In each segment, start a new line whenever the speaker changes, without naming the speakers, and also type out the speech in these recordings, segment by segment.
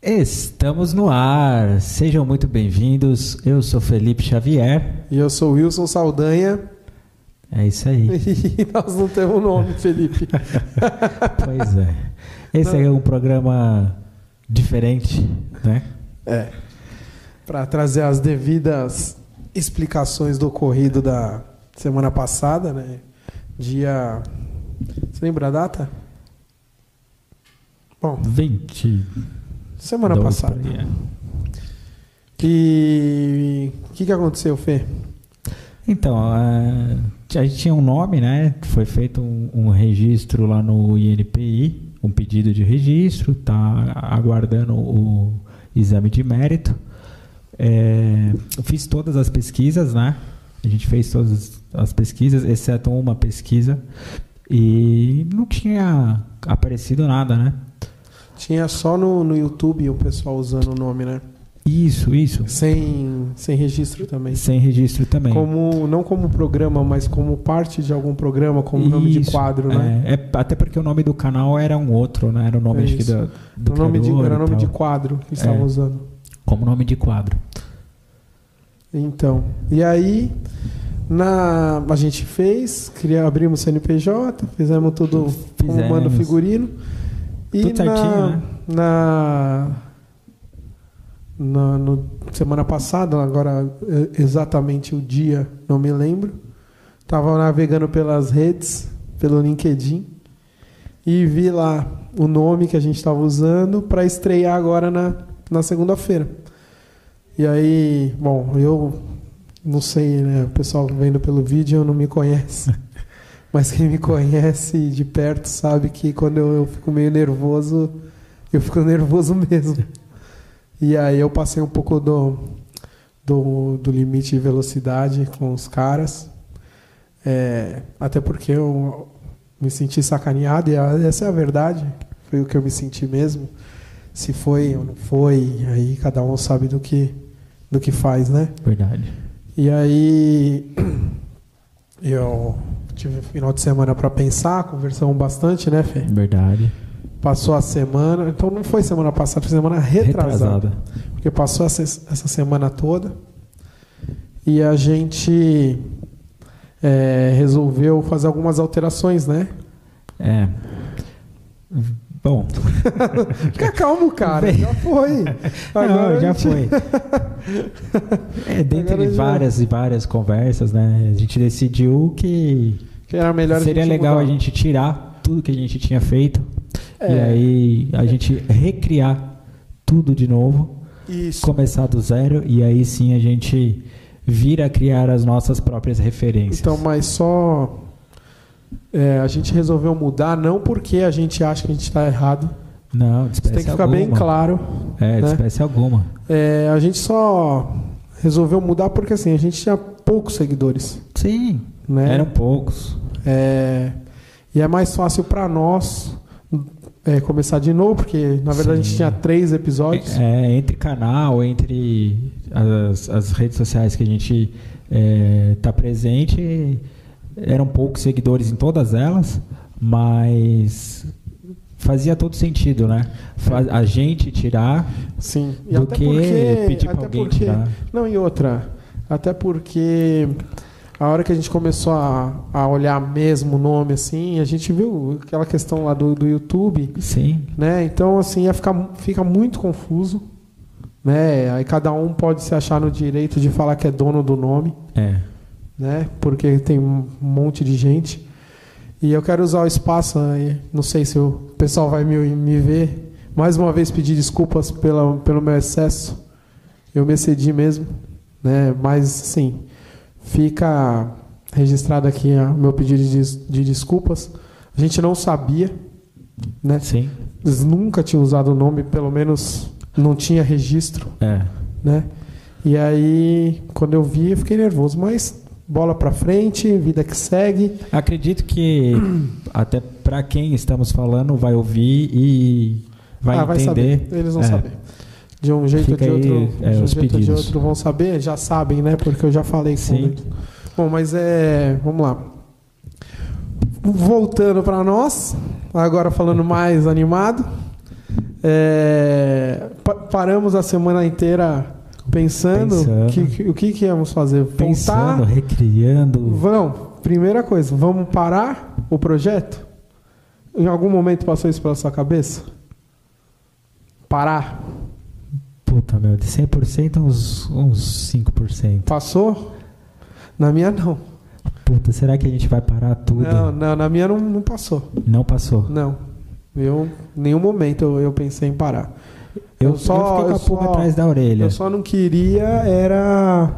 Estamos no ar, sejam muito bem-vindos. Eu sou Felipe Xavier.
E eu sou Wilson Saldanha.
É isso aí,
E nós não temos nome, Felipe.
pois é. Esse é um programa diferente, né?
É. Para trazer as devidas explicações do ocorrido da semana passada, né? Dia. Você lembra a data? Bom,
20.
semana passada.
é.
E. O que, que aconteceu, Fê?
Então, a, a gente tinha um nome, né? Foi feito um, um registro lá no INPI, um pedido de registro, tá aguardando o exame de mérito. É, eu fiz todas as pesquisas, né? A gente fez todas as pesquisas, exceto uma pesquisa, e não tinha aparecido nada, né?
Tinha só no, no YouTube o pessoal usando o nome, né?
Isso, isso.
Sem, sem registro também.
Sem registro também.
Como, não como programa, mas como parte de algum programa, como nome de
Isso,
quadro, né?
É, é, até porque o nome do canal era um outro, né? Era o nome acho que
Isso.
do, do
O nome de,
criador
era
é, e
nome
tal.
de quadro que estavam
É.
usando.
Como nome de quadro.
Então, e aí na, a gente fez, cria, abrimos CNPJ, fizemos tudo como
Fizemos.
manda o figurino. E
Tudo
na,
certinho, né?
na, na- no- semana passada, agora é, exatamente o dia, não me lembro, estava navegando pelas redes, pelo LinkedIn, e vi lá o nome que a gente estava usando para estrear agora na, na segunda-feira. E aí, bom, eu não sei, né? O pessoal vendo pelo vídeo não me conhece. Mas quem me conhece de perto sabe que quando eu, eu fico meio nervoso, eu fico nervoso mesmo. E aí eu passei um pouco do, do, do limite de velocidade com os caras. É, até porque eu me senti sacaneado, e a- essa é a verdade. Foi o que eu me senti mesmo. Se foi ou não foi, aí cada um sabe do que, do que faz, né?
Verdade.
E aí eu tive um final de semana para pensar, conversamos bastante, né,
É.
Fê?
Verdade.
Passou a semana, então não foi semana passada, foi semana retrasada, porque passou essa, essa semana toda e a gente é, resolveu fazer algumas alterações, né?
É. Bom,
Fica calmo, cara, já foi.
não,
Agora
já
a gente-
foi. é, dentre
Agora já-
várias e várias conversas, né? A gente decidiu que
Que era melhor
seria
a gente
legal
mudar.
a gente tirar tudo que a gente tinha feito e
É.
aí a gente recriar tudo de novo.
Isso.
começar do zero e aí sim a gente vir a criar as nossas próprias referências.
Então, mas só. é, a gente resolveu mudar não porque a gente acha que a gente está errado.
não, de
Isso
espécie
tem que ficar
alguma.
bem claro.
É, de
né?
espécie alguma.
É, a gente só resolveu mudar porque assim, a gente tinha poucos seguidores.
Sim,
Né?
eram poucos.
É, e é mais fácil para nós é, começar de novo, porque na verdade a gente
Sim.
tinha três episódios.
É, entre canal, entre as, as redes sociais que a gente está presente, eram poucos seguidores em todas elas, mas fazia todo sentido, né? Fa- A gente tirar
Sim. E
do
até
que
porque,
pedir para
até
alguém
porque-
tirar.
Não, e outra. Até porque a hora que a gente começou a, a olhar mesmo o nome, assim, a gente viu aquela questão lá do, do YouTube,
Sim,
né? Então, assim, ia ficar, fica muito confuso, né? Aí cada um pode se achar no direito de falar que é dono do nome,
é.
né? Porque tem um monte de gente. E eu quero usar o espaço, aí, não sei se o pessoal vai me, me ver. Mais uma vez pedir desculpas pela, pelo meu excesso. Eu me excedi mesmo, né? Mas sim, fica registrado aqui ah, o meu pedido de, des- de desculpas. A gente não sabia, né?
Sim,
Eles nunca tinham usado o nome, pelo menos não tinha registro
é.
né? E aí, quando eu vi, eu fiquei nervoso, mas bola pra frente, vida que segue.
Acredito que até para quem estamos falando vai ouvir e vai
Ah,
entender.
saber, eles vão
É.
saber. De um jeito ou
Fica
de outro,
aí, é,
de um
os
jeito ou de
pedidos.
outro vão saber, já sabem, né? Porque eu já falei com
Sim.
eles. Bom, mas é, vamos lá. Voltando pra nós, agora falando mais animado. É, pa- paramos a semana inteira pensando,
Pensando.
que- que- o que, que íamos fazer.
Pensando,
Voltar?
recriando.
Vão. Primeira coisa, vamos parar o projeto? Em algum momento passou isso pela sua cabeça? Parar.
Puta, meu, de 100% uns, uns 5%.
Passou? Na minha não.
Puta, será que a gente vai parar tudo?
Não, não, na minha não, não passou.
Não passou.
Não. Eu, em nenhum momento eu, eu pensei em parar.
Eu,
Eu só-
eu fiquei com a
eu
pulga
só-
atrás da orelha.
Eu só não queria era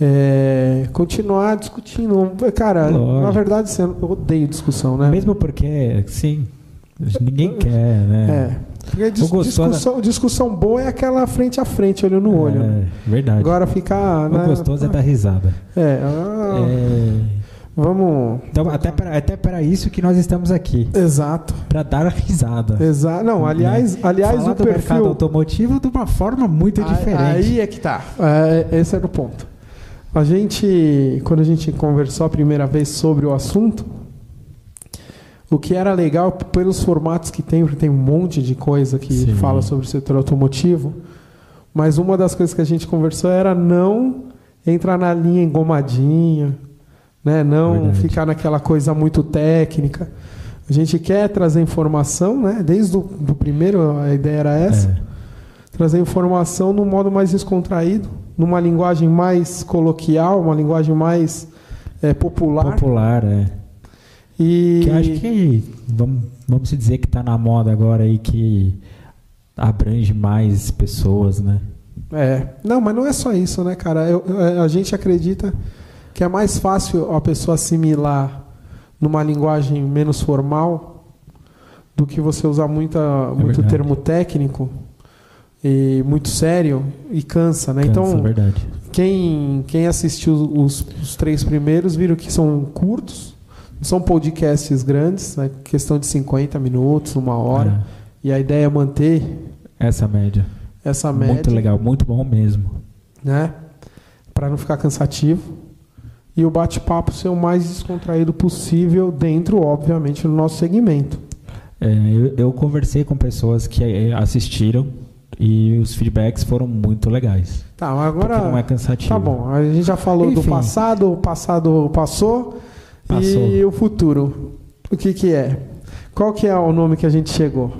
é, continuar discutindo. Cara,
Lógico.
na verdade você- eu odeio discussão, né?
Mesmo porque, sim, ninguém quer, né?
É. Porque dis-
O gostoso-
discussão, discussão boa é aquela frente a frente, olho no olho. né?
É, verdade.
Agora ficar.
o gostoso é dar risada.
É, ah,
É,
Vamos.
Então, até para até pra isso que nós estamos aqui.
Exato.
Pra dar risada. Né?
Exato. Não, aliás, aliás
Falar
o
do mercado
perfil.
automotivo de uma forma muito
Aí-
diferente.
Aí é que tá. É, esse era o ponto. A gente, quando a gente conversou a primeira vez sobre o assunto, o que era legal pelos formatos que tem, porque tem um monte de coisa que
Sim.
fala sobre o setor automotivo, mas uma das coisas que a gente conversou era não entrar na linha engomadinha, né? não
Verdade.
ficar naquela coisa muito técnica. A gente quer trazer informação, né? desde o do primeiro a ideia era essa,
É,
trazer informação num modo mais descontraído, numa linguagem mais coloquial, uma linguagem mais eh, popular.
popular, é.
E
Que eu acho que vamos, vamos se dizer que tá na moda agora aí que abrange mais pessoas, né?
é, não, mas não é só isso, né, cara? Eu- eu- a gente acredita que é mais fácil a pessoa assimilar numa linguagem menos formal do que você usar muita, muito
É verdade.
termo técnico e muito sério e cansa, né?
Cansa,
então,
é verdade.
Quem, quem assistiu os, os três primeiros viram que são curtos, não são podcasts grandes, né? questão de 50 minutos, uma hora. E a ideia é manter
É, essa média.
essa média,
Muito legal, muito bom mesmo.
né? Para não ficar cansativo. E o bate-papo ser o mais descontraído possível, dentro, obviamente, do nosso segmento.
É, eu, eu conversei com pessoas que é, assistiram e os feedbacks foram muito legais.
Tá, mas
Porque não é
agora.
cansativo.
Tá bom, a gente já falou do
Enfim.
passado, o passado passou, e
Passou.
o futuro. O que que é? Qual que é o nome que a gente chegou?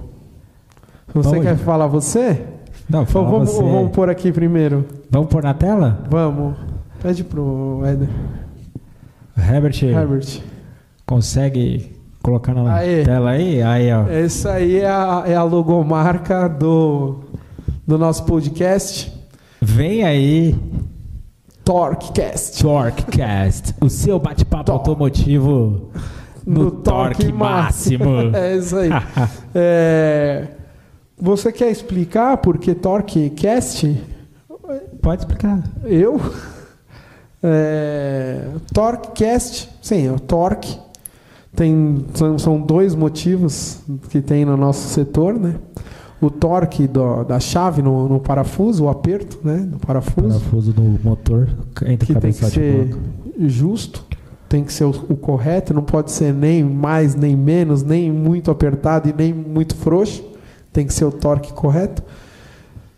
Você
Vamos.
quer falar você?
Não,
Ou
fala
Então vamos,
você.
ou vamos pôr aqui primeiro?
Vamos pôr na tela?
Vamos. Pede pro Eder.
Herbert,
Herbert.
consegue colocar na
Aê.
tela aí? Aí, ó.
Essa aí é a, é a logomarca do, do nosso podcast,
Vem aí,
Torquecast.
Torquecast, o seu bate-papo
Tor-
automotivo no, torque, máximo.
é isso aí. É, você quer explicar por que Torquecast?
Pode explicar.
Eu? É, Torquecast, sim, é o Torque. Tem, são, são dois motivos que tem no nosso setor, né? O torque do- da chave no, no parafuso, o aperto né, do parafuso,
Parafuso do motor entre
que tem que
cabeçote e
ser
banco.
justo, tem que ser o, o correto, não pode ser nem mais, nem menos, nem muito apertado e nem muito frouxo, tem que ser o torque correto.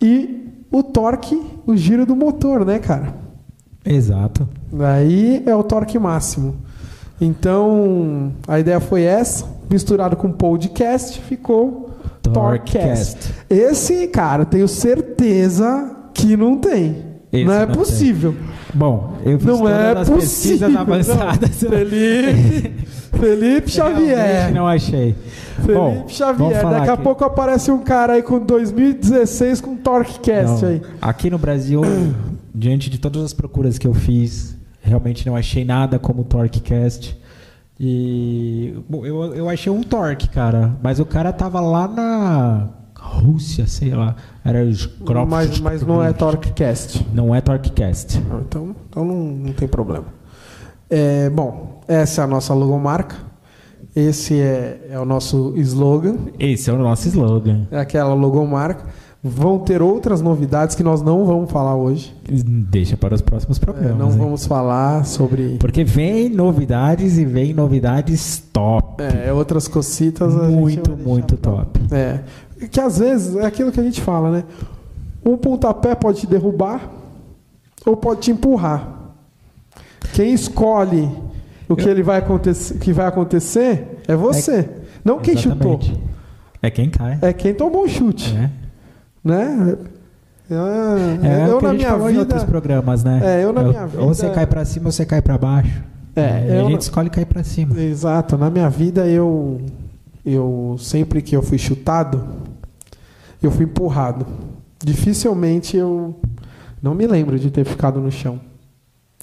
E o torque, o giro do motor, né, cara?
Exato.
Aí é o torque máximo. Então, a ideia foi essa, misturado com podcast, ficou Torquecast.
Torquecast.
Esse, cara, eu tenho certeza que não tem.
Esse
não é
não tem.
possível.
Bom, eu fiz
Não
todas
é
as
possível.
pesquisas avançadas.
Não. Felipe, Felipe Xavier.
Realmente não achei.
Felipe
Bom, vamos
Xavier.
falar
Daqui a
aqui.
pouco aparece um cara aí com 2016 com Torquecast
Não.
aí.
Aqui no Brasil, diante de todas as procuras que eu fiz, realmente não achei nada como Torquecast. E bom, eu, eu achei um Torque, cara, mas o cara tava lá na Rússia, sei lá. Era os Crop-
Mas, mas não é Torquecast.
Não é Torquecast.
Não, Então, então não, não tem problema. É, bom, essa é a nossa logomarca. Esse é, é o nosso slogan.
Esse é o nosso slogan.
É aquela logomarca. Vão ter outras novidades que nós não vamos falar hoje.
Deixa para os próximos
É,
programas.
não
hein?
vamos falar sobre
Porque vem novidades e vem novidades top.
é, outras cocitas. a gente
muito,
vai deixar
muito
pra-
top.
É. Que às vezes é aquilo que a gente fala, né? Um pontapé pode te derrubar ou pode te empurrar. Quem escolhe o que, ele vai, acontecer, o que vai acontecer é você. não quem chutou.
Exatamente. É quem cai.
É quem tomou o chute.
né?
Né? Ah,
É, o
eu
que
na
a gente
minha
falou em outros
vida.
programas, né?
É, eu na minha
Ou você
vida-
cai pra cima ou você cai pra baixo.
É,
E a
eu
gente
na-
escolhe cair pra cima.
Exato, na minha vida eu. Eu sempre que eu fui chutado, eu fui empurrado. Dificilmente eu não me lembro de ter ficado no chão.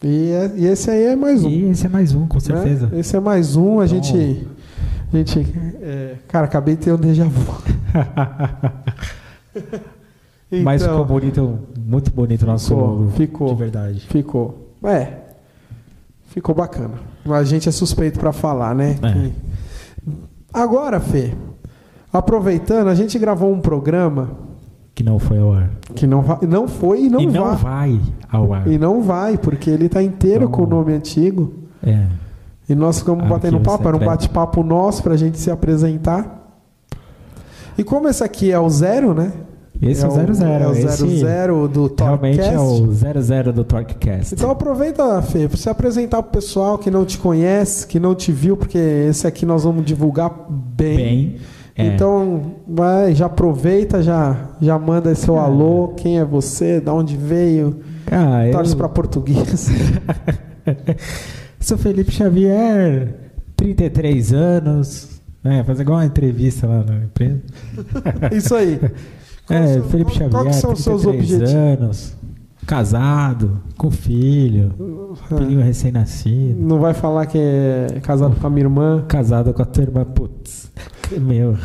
E, é- e esse aí é mais um.
E esse é mais um, com
né?
certeza.
Esse é mais um, a
Então-
gente. A gente é, cara, acabei de ter um déjà vu.
Mas
Então,
ficou bonito, muito bonito o nosso
Ficou,
logo.
ficou.
De verdade.
Ficou. É. Ficou bacana. Mas a gente é suspeito pra falar, né?
É.
Que- Agora, Fê, aproveitando, a gente gravou um programa
Que não foi ao ar.
que não, va- não foi e não,
e não
vai.
vai ao ar.
E não vai, porque ele tá inteiro
Então-
com o nome antigo.
É.
E nós ficamos
Arquivo
batendo papo, era um
secreto.
bate-papo nosso pra gente se apresentar. E como esse aqui é o zero, né?
Esse é o 00.
É o
esse
zero zero do
realmente
Topcast.
é o 00 do Torquecast.
Então aproveita, Fê, para se apresentar pro pessoal que não te conhece, que não te viu, porque esse aqui nós vamos divulgar bem.
bem. é.
Então, vai, já aproveita, já, já manda seu
É.
alô, quem é você, de onde veio,
Ah, eu-
torce para português.
Sou Felipe Xavier, 33 anos. É, fazer igual uma entrevista lá na empresa.
Isso aí. Qual
é,
seu-
Felipe
qual-
Xavier,
qual que são os seus
33
objetivos?
anos, casado, com filho,
Ah.
filhinho recém-nascido,
Não vai falar que é casado com a minha irmã.
casado com a tua irmã, putz, meu.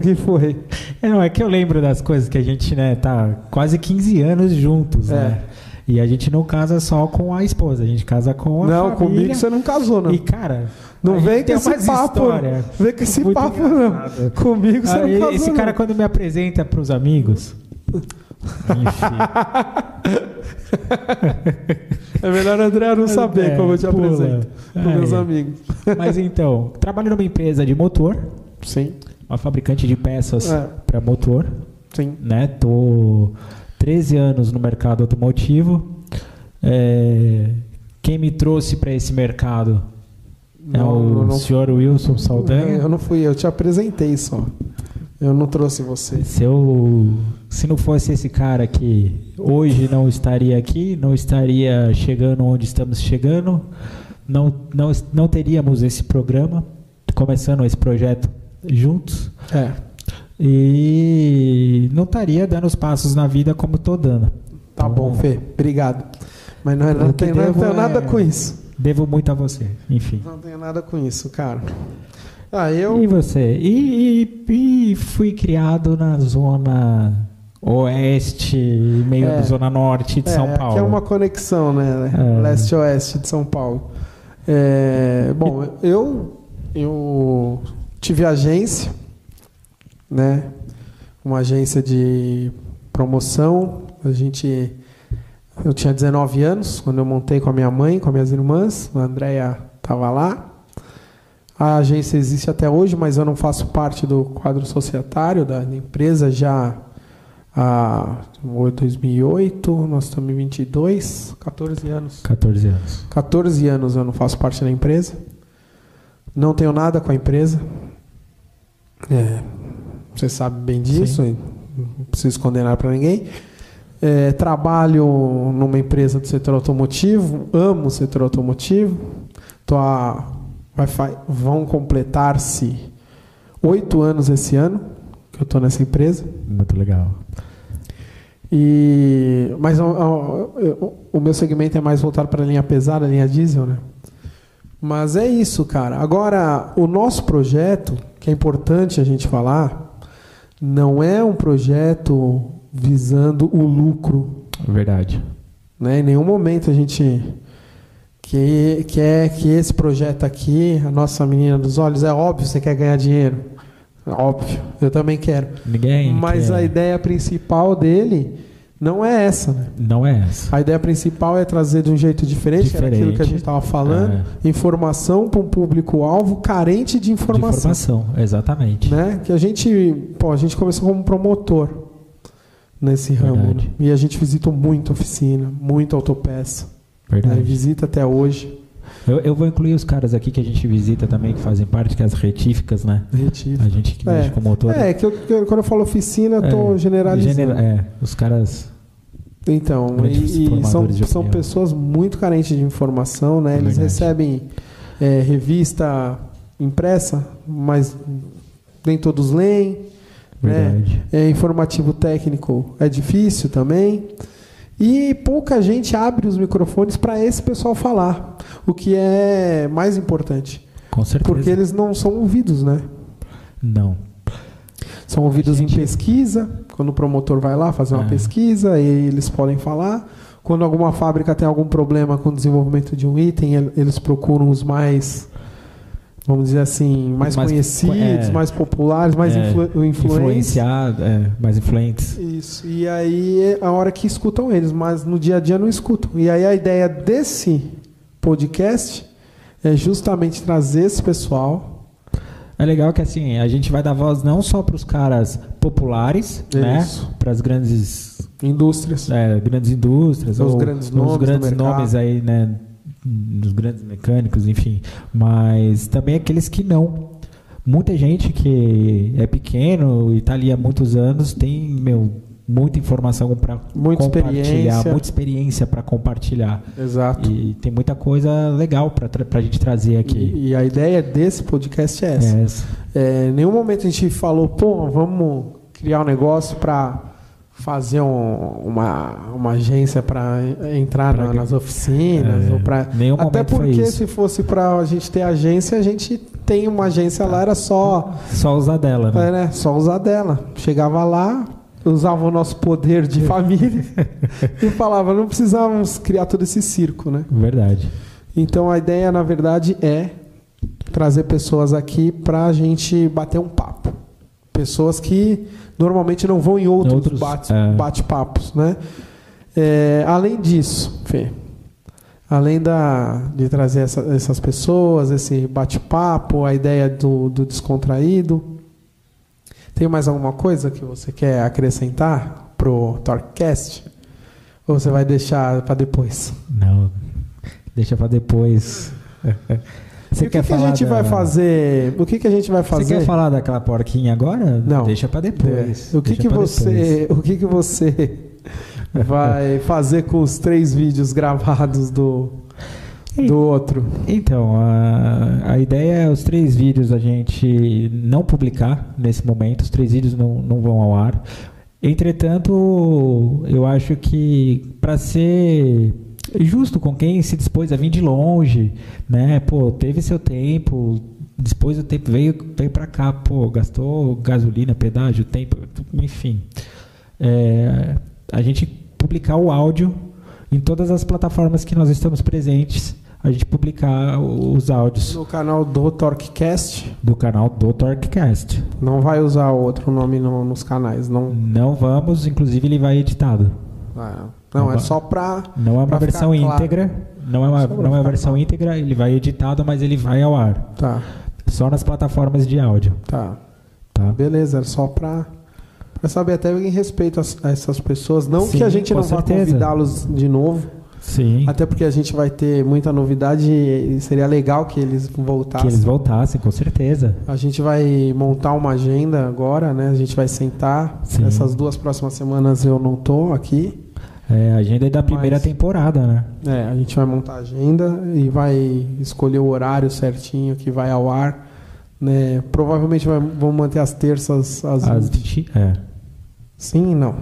que foi?
É, não, é que eu lembro das coisas que a gente, né, tá quase 15 anos juntos,
É.
né? E a gente não casa só com a esposa, a gente casa com a família.
não, comigo você não casou, não.
E, cara,
Não
a gente
vem com
tem
esse
umas
papo.
histórias
Vem com esse
muito
papo,
engraçadas.
não. Comigo você
Ah,
não
e-
casou,
esse
não.
cara, quando me apresenta pros amigos. Enfim.
É melhor o André não saber
É,
como eu te
pula. É,
apresento. Com
Aí.
meus amigos.
Mas então, trabalho numa empresa de motor,
Sim,
uma fabricante de peças
É.
para motor,
sim.
né? Tô 13 anos no mercado automotivo. É, quem me trouxe para esse mercado é o senhor Wilson
Eu
Saldanha.
não fui, eu te apresentei só. Eu não trouxe você.
Se eu, se não fosse esse cara que hoje não estaria aqui, não estaria chegando onde estamos chegando, não, não, não teríamos esse programa, começando esse projeto juntos,
É.
e não estaria dando os passos na vida como estou dando.
Tá
Então,
bom, Fê. Obrigado. Mas não, é- não
O que
tem, não
devo
tenho
é-
nada com isso.
Devo muito a você, enfim.
Não tenho nada com isso, cara. Ah,
E
eu.
você? E, e- e fui criado na zona oeste, meio
É.
da zona norte de
é,
São
Que
Paulo.
é uma conexão, né?
É.
Leste-oeste de São Paulo. É, bom, eu, eu tive agência, né? Uma agência de promoção. A gente. Eu tinha 19 anos quando eu montei com a minha mãe, com as minhas irmãs. A Andrea estava lá. A agência existe até hoje, mas eu não faço parte do quadro societário da da empresa já há 2008, nós estamos em 22, 14 anos.
14 anos.
14 anos eu não faço parte da empresa. Não tenho nada com a empresa. É, você sabe bem disso, e não preciso esconder nada para ninguém. É, trabalho numa empresa do setor automotivo, amo o setor automotivo. Tô há, vai fa- vão completar-se oito anos esse ano que eu estou nessa empresa.
Muito legal.
E mas ó, ó, eu- o meu segmento é mais voltado para a linha pesada, a linha diesel, né? Mas é isso, cara. Agora, o nosso projeto, que é importante a gente falar, não é um projeto visando o lucro,
Verdade.
né? Em nenhum momento a gente que quer que esse projeto aqui, a nossa menina dos olhos, é óbvio, você quer ganhar dinheiro. Óbvio, eu também quero.
Ninguém.
Mas
quer-
a ideia principal dele Não é essa, né?
Não é essa.
A ideia principal é trazer de um jeito diferente, que era aquilo que a gente estava falando,
É.
informação para um público-alvo carente de
De
informação,
formação, exatamente.
né? Que a gente, pô, a gente começou como promotor nesse ramo.
Verdade.
né? E a gente visitou muita oficina, muita autopeça. Né?
Verdade.
Visita até hoje,
Eu, eu vou incluir os caras aqui que a gente visita também, que fazem parte, que é as retíficas, né?
retífica.
A gente que mexe com o motor.
É, que eu- que eu- quando eu falo oficina, eu estou
É,
generalizando.
genera- é, os caras.
Então,
Grandes
e, e são,
formadores de
são
opinião.
pessoas muito carentes de informação, né? Eles
Verdade.
recebem é, revista impressa, mas nem todos leem. Né?
Verdade.
É, informativo técnico é difícil também. E pouca gente abre os microfones para esse pessoal falar, o que é mais importante,
Com certeza.
porque eles não são ouvidos, né?
Não.
São ouvidos
A gente-
em pesquisa, quando o promotor vai lá fazer uma
É.
pesquisa, e eles podem falar. Quando alguma fábrica tem algum problema com o desenvolvimento de um item, el- eles procuram os mais, vamos dizer assim, mais,
mais-
conhecidos,
é.
mais populares, mais
É,
influ influentes.
Influenciado, é, mais influentes.
Isso. E aí é a hora que escutam eles, mas no dia a dia não escutam. E aí a ideia desse podcast é justamente trazer esse pessoal.
É legal que assim, a gente vai dar voz não só para os caras populares,
é Isso.
né? Para as grandes,
Indústrias.
é, grandes indústrias,
Os
ou
grandes
os
nomes do
grandes
mercado.
nomes aí, né? Dos grandes mecânicos, enfim. Mas também aqueles que não. Muita gente que é pequeno e tá ali há muitos anos tem, meu, muita informação para
Muita
compartilhar,
experiência.
muita experiência para compartilhar.
Exato.
E tem muita coisa legal para pra gente trazer aqui.
E, e a ideia desse podcast é essa.
É essa.
É, em nenhum momento a gente falou, pô, vamos criar um negócio para fazer um- uma, uma agência para entrar
Pra
na-
que-
nas oficinas.
É,
ou pra...
nenhum
Até
momento foi
porque
isso.
se fosse para a gente ter agência, a gente tem uma agência lá, era só,
Só usar dela, né?
é, né, só usar dela. Chegava lá, usava o nosso poder de família e falava, não precisávamos criar todo esse circo, né?
Verdade.
Então a ideia, na verdade, é trazer pessoas aqui para a gente bater um papo. Pessoas que normalmente não vão em outros,
Outros,
bate-
é.
bate-papos, né? É, além disso, Fê, além da, de trazer essa- essas pessoas, esse bate-papo, a ideia do, do descontraído, tem mais alguma coisa que você quer acrescentar pro Torquecast? Ou você vai deixar para depois?
Não. Deixa pra depois.
E o que, que a gente
da-
vai fazer? O que, que a gente vai fazer?
Você quer falar daquela porquinha agora?
Não.
Deixa pra depois.
É. O que,
Deixa
que
pra
você, o que, que você vai fazer com os três vídeos gravados do,
depois.
do outro?
Então, a, a ideia é os três vídeos a gente não publicar nesse momento, os três vídeos não, não vão ao ar. Entretanto, eu acho que para ser justo com quem se dispôs a vir de longe, né? Pô, teve seu tempo, dispôs o tempo, veio, veio para cá, pô, gastou gasolina, pedágio, tempo, enfim. É, a gente publicar o áudio em todas as plataformas que nós estamos presentes, a gente publicar o- os áudios
No canal do Torquecast.
do canal do Torquecast.
Não vai usar outro nome no- nos canais. Não,
Não vamos, inclusive ele vai editado.
Ah, não é só pra.
Não é uma
Pra ficar
versão
claro.
íntegra, não é uma,
Só pra
não é uma
ficar
versão íntegra, ele vai editado, mas ele vai ao ar,
Tá,
só nas plataformas de áudio,
tá.
tá?
Beleza, é só pra. Pra saber até em respeito a, a essas pessoas. Não
Sim,
que a gente
com
não vá
certeza.
convidá-los de novo.
Sim.
Até porque a gente vai ter muita novidade e seria legal que eles
Que
voltassem.
eles voltassem, com certeza.
A gente vai montar uma agenda agora, né? A gente vai sentar.
Sim.
Essas duas próximas semanas eu não tô aqui.
É, a agenda é da primeira
Mas-
temporada, né?
É, a gente vai montar a agenda e vai escolher o horário certinho que vai ao ar. Né? Provavelmente vai, vamos manter as terças às
Às
20.
20, é.
Sim, não.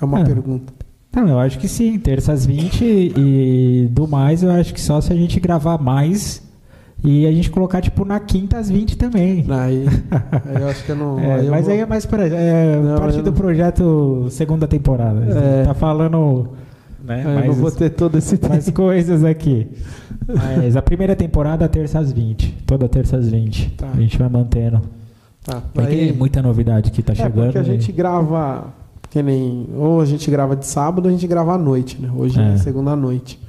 É uma
É.
pergunta.
Não, eu acho que sim, terça às 20 e do mais eu acho que só se a gente gravar mais e a gente colocar tipo na quinta às 20 também.
Aí, aí eu acho que eu não.
É,
eu
mas
vou-
aí é mais pra, é,
Não,
parte
eu
do
não-
projeto segunda temporada.
É.
Tá falando né,
eu não
mais,
vou ter todo esse tempo.
mais coisas aqui. Mas a primeira temporada, terça às 20. Toda terça às 20.
Tá.
A gente vai mantendo.
Tá,
é Vai ter muita novidade que tá
É
chegando.
porque a
e-
gente grava Que nem. Ou a gente grava de sábado, ou a gente grava à noite, né? Hoje é,
É.
segunda à noite.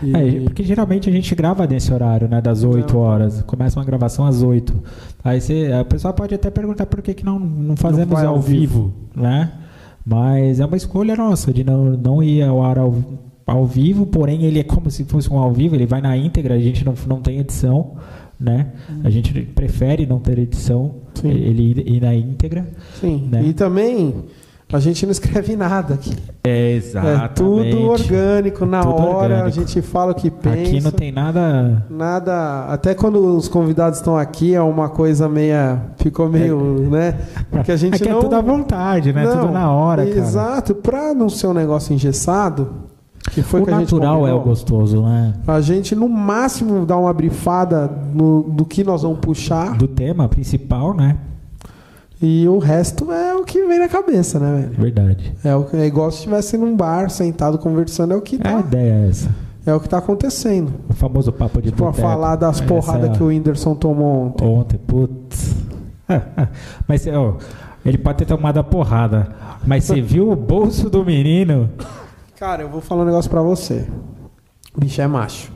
E-
É, porque geralmente a gente grava nesse horário, né? Das 8 horas. Começa uma gravação às 8. Aí você, a pessoa pode até perguntar por que, que não, não fazemos
vai
ao,
ao
vivo, né? Mas é uma escolha nossa de não, não ir ao ar ao, ao vivo, porém ele é como se fosse um ao vivo, ele vai na íntegra, a gente não, não tem edição, né? A gente prefere não ter edição,
Uhum. Sim.
ele ir, ir na íntegra.
Sim.
né?
E também a gente não escreve nada aqui.
É,
é tudo orgânico, na
Tudo
hora, a
orgânico.
gente fala o que pensa.
Aqui não tem nada...
Nada. Até quando os convidados estão aqui, é uma coisa meia. Ficou meio, né? Porque a gente
Aqui
não.
é tudo à vontade, né?
Não.
Tudo na hora, cara.
Exato, pra não ser um negócio engessado, que foi
o
que a gente
natural é o
combinou,
gostoso, né?
A gente, no máximo, dá uma brifada no, do que nós vamos puxar.
Do tema principal, né?
E o resto é o que vem na cabeça, né, velho?
Verdade.
É, o, é igual se estivesse num bar, sentado, conversando, é o que
É a
tá,
ideia é essa.
é o que tá acontecendo.
O famoso papo de
Tipo, a
boteco.
falar das
Essa
porradas
é a-
que o Whindersson tomou ontem.
Ontem, putz. mas, ó, ele pode ter tomado a porrada. Mas você viu o bolso do menino?
Cara, eu vou falar um negócio pra você. Bicho é macho.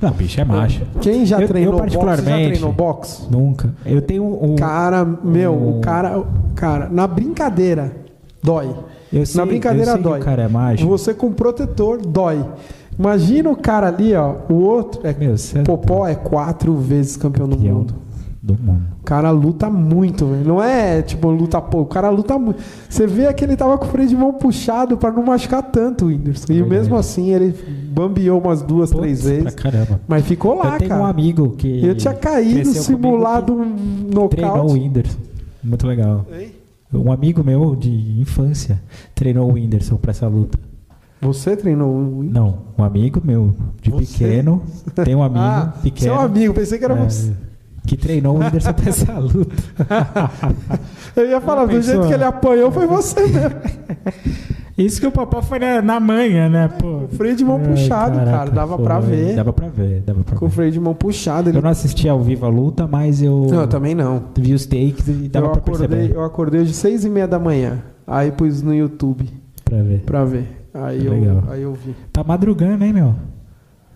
Não, bicho, é macho.
Quem já
Eu- eu
treinou boxe, já
particularmente-
treinou boxe?
Nunca. Eu tenho um.
Cara, meu,
o-
o cara, cara, na brincadeira dói.
eu sei,
na brincadeira
eu sei
dói.
Que o cara é macho.
Você com protetor dói. Imagina o cara ali, ó, o outro é
Meu, você
Popó é quatro vezes campeão do
Campeão.
mundo.
é do mundo.
O cara luta muito, velho. Não é tipo luta pouco, o cara luta muito. Você vê que ele tava com o freio de mão puxado pra não machucar tanto o Whindersson. E
É Verdade.
mesmo assim ele bambeou umas duas, três
Putz,
vezes.
Pra caramba.
Mas ficou lá,
eu tenho um
cara.
amigo que.
eu tinha caído,
cresceu comigo
simulado um
que Treinou o
nocaute.
Whindersson. Muito legal. Um amigo meu de infância treinou o Whindersson pra essa luta.
Você treinou o Whindersson?
Não, um amigo meu de
Você?
pequeno, tem um amigo
Ah,
pequeno
seu amigo, pensei que era
é,
você.
que treinou o Whindersson pra essa luta.
Eu ia falar,
Já
do
pensou?
jeito que ele apanhou foi você mesmo.
Isso que o papá foi na, na manha, né, pô?
Com o freio de mão
Ai,
puxado,
caraca,
cara. Dava pra
foi,
ver.
Dava pra ver, dava pra
Com o
ver.
freio de mão puxado. Ele...
Eu não assisti ao vivo a luta, mas eu,
Não, eu também não.
vi os takes e dava
eu,
pra
acordei,
perceber.
eu acordei hoje seis e meia da manhã. Aí pus no YouTube
Pra ver.
pra ver. Aí, eu,
É Legal.
aí eu vi.
Tá madrugando, hein, meu?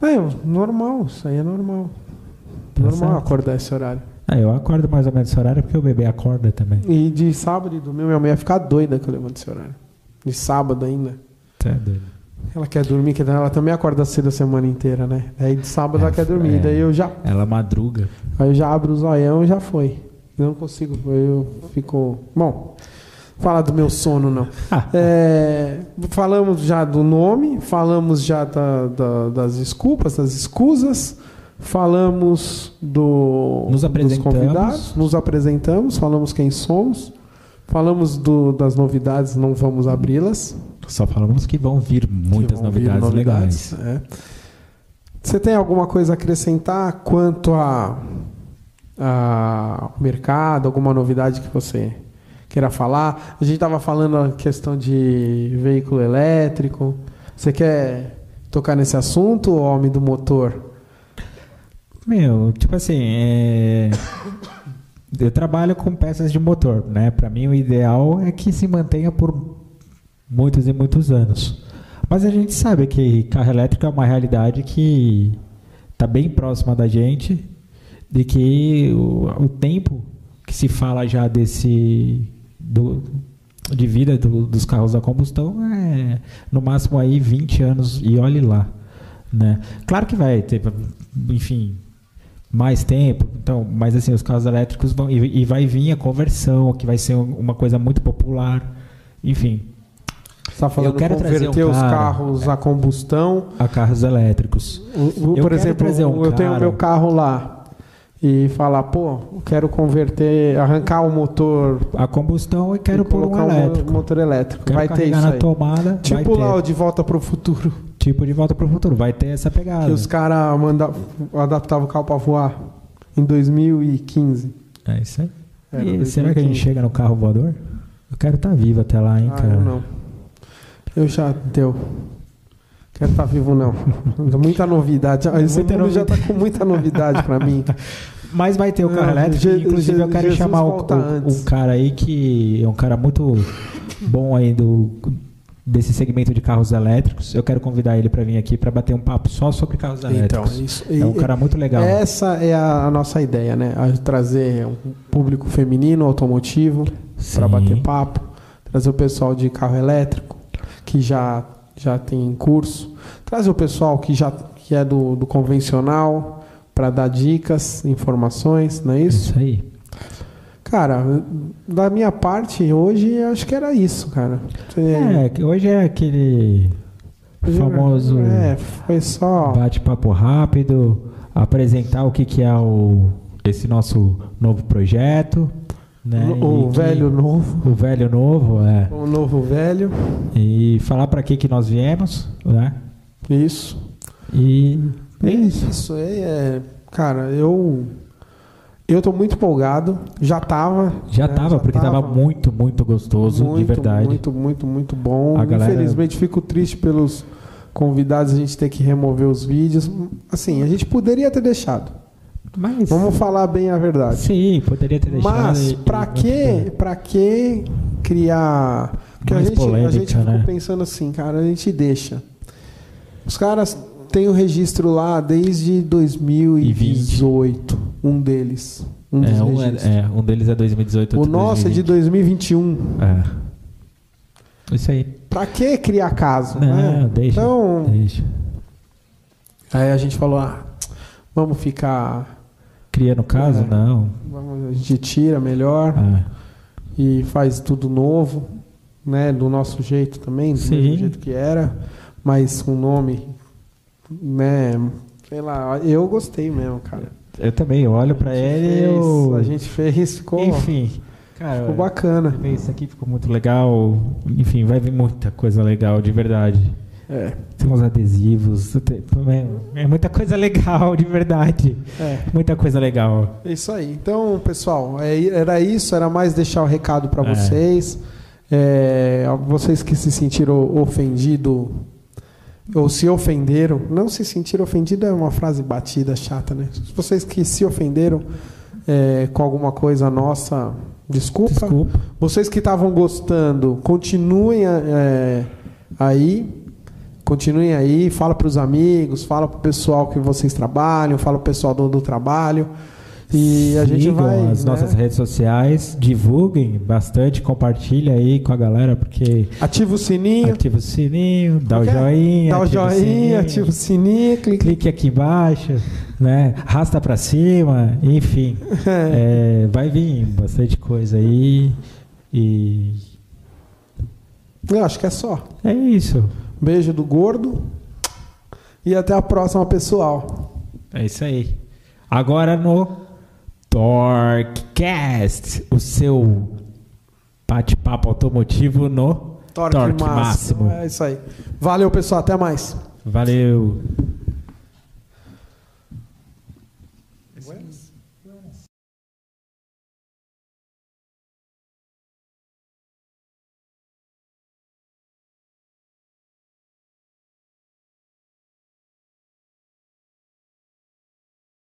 É, normal, isso aí é normal.
Tá
normal
certo.
acordar esse horário.
Ah, eu acordo mais ou menos esse horário porque o bebê acorda também.
E de sábado e domingo minha mãe ia ficar doida que eu levanto esse horário. De sábado ainda.
Tá doido.
Ela quer dormir, que ela também acorda cedo a semana inteira, né? Aí de sábado ela
É,
quer dormir.
é.
Daí eu já
Ela madruga.
Aí eu já abro o zoião e já foi. Eu não consigo, eu fico. Bom, falar do meu sono não. É, falamos já do nome, falamos já da- da- das desculpas, das escusas, falamos do,
Nos apresentamos.
dos convidados, nos apresentamos, falamos quem somos, falamos do- das novidades, não vamos abri-las.
Só falamos que vão vir muitas
que vão vir
novidades, legais.
é. Você tem alguma coisa a acrescentar quanto a, a- ao mercado, alguma novidade que você queira falar? A gente estava falando a questão de veículo elétrico. Você quer tocar nesse assunto, homem do motor?
Meu, tipo assim, é... eu trabalho com peças de motor, né? Para mim o ideal é que se mantenha por muitos e muitos anos. Mas a gente sabe que carro elétrico é uma realidade que está bem próxima da gente, de que o, o tempo que se fala já desse do, de vida do- dos carros a combustão é no máximo aí 20 anos e olhe lá, né? Claro que vai ter, enfim, mais tempo, então, mas assim os carros elétricos vão e, e vai vir a conversão, que vai ser um- uma coisa muito popular, enfim,
Você está falando
Eu quero trazer um
converter os
cara.
carros a combustão.
a carros elétricos.
O- o-
Eu
por
quero
exemplo,
trazer um
eu tenho o
cara-
meu carro lá e falar, pô, eu quero converter, arrancar o motor
A combustão e quero
e
pôr um
colocar mo-
elétrico.
motor elétrico.
Quero
vai ter
carregar
isso
na
aí.
tomada, vai
Tipo
ter.
lá o de volta pro futuro,
Tipo de volta pro futuro, vai ter essa pegada.
que os caras manda- adaptavam o carro pra voar em 2015.
É isso aí.
Era
E
2015.
será que a gente chega no carro voador? Eu quero estar vivo até lá, hein,
Ah,
cara.
eu não. Eu já deu. Quero estar vivo não. Muita novidade. Esse
Muita Tá
mundo já tá com muita novidade pra mim.
Mas vai ter o carro
Ah,
elétrico.
Je-
inclusive,
Je-
eu quero
Jesus
chamar o,
volta
o-
antes.
um cara aí que é um cara muito bom aí do desse segmento de carros elétricos. Eu quero convidar ele para vir aqui para bater um papo só sobre carros
Então,
elétricos.
isso,
é um cara muito legal.
Essa é a, a nossa ideia, né? A trazer um público feminino, automotivo, para
Sim.
bater papo, trazer o pessoal de carro elétrico, que já, já tem curso, trazer o pessoal que já que é do, do convencional, para dar dicas, informações, não é isso?
Isso aí.
Cara, da minha parte, hoje acho que era isso, cara. Você-
É, que hoje é aquele
hoje-
famoso
É, foi só.
bate-papo rápido, apresentar o que, que é o, esse nosso novo projeto. Né?
o
E que-
velho novo.
O velho novo, é.
O novo velho.
E falar para que que nós viemos, né?
Isso.
E é isso.
aí é. Cara, eu. Eu tô muito empolgado. Já tava.
Já
né?
tava, porque tava, muito, muito gostoso, de
muito,
verdade.
Muito, muito, muito bom.
A galera-
Infelizmente, fico triste pelos convidados a gente ter que remover os vídeos. Assim, a gente poderia ter deixado.
Mas
Vamos falar bem a verdade.
sim, poderia ter deixado. né?
Mas
e-
pra
e-
que, pra que criar? Porque a
Mais
gente, a
polêmica,
gente ficou
né?
pensando assim, cara, a gente deixa. Os caras têm o registro lá desde 2018, um deles, um dos
É, um,
registros.
é, é, um deles é 2018,
O
outro
nosso é de
2020.
2021.
É. Isso aí.
Pra que criar caso?
Não,
né?
É, deixa.
Então,
Deixa.
aí a gente falou, ah, vamos ficar,
Cria no caso?
É.
Não.
vamos- a gente tira melhor.
Ah,
e faz tudo novo, né? Do nosso jeito também, do
Sim.
mesmo jeito que era, mas com nome, né? Sei lá, eu gostei mesmo, cara.
eu também, eu olho pra ele e
fez,
eu.
A gente fez, ficou, é.
Enfim. Cara,
ficou bacana.
ver Isso aqui ficou muito legal. Enfim, vai vir muita coisa legal, de verdade.
É,
Tem uns adesivos. tem- É muita coisa legal, de verdade.
é.
Muita coisa legal.
É isso aí. Então, pessoal, é, era isso, era mais deixar o recado para
É.
vocês. É, vocês que se sentiram ofendido ou se ofenderam, não se sentir ofendido é uma frase batida, chata, né? Vocês que se ofenderam é, com alguma coisa nossa, desculpa.
Desculpa.
Vocês que estavam gostando, continuem é, aí. Continuem aí, fala para os amigos, fala para o pessoal que vocês trabalham, fala para o pessoal do, do trabalho. E a gente
Sigam
vai.
as
né,
nossas redes sociais, divulguem bastante, compartilha aí com a galera, porque
Ativa o sininho,
ativa o sininho, dá o
Ok?
joinha,
é? dá o
ativa
joinha,
sininho,
ativa o sininho, clique.
clique aqui embaixo, né? Rasta pra cima, enfim. É, vai vir bastante coisa aí e
Eu acho que é só.
é isso.
Beijo do gordo. E até a próxima, pessoal.
É isso aí. Agora no Torquecast, o seu bate-papo automotivo no
Torque, máximo. É isso aí. Valeu, pessoal. Até mais.
Valeu!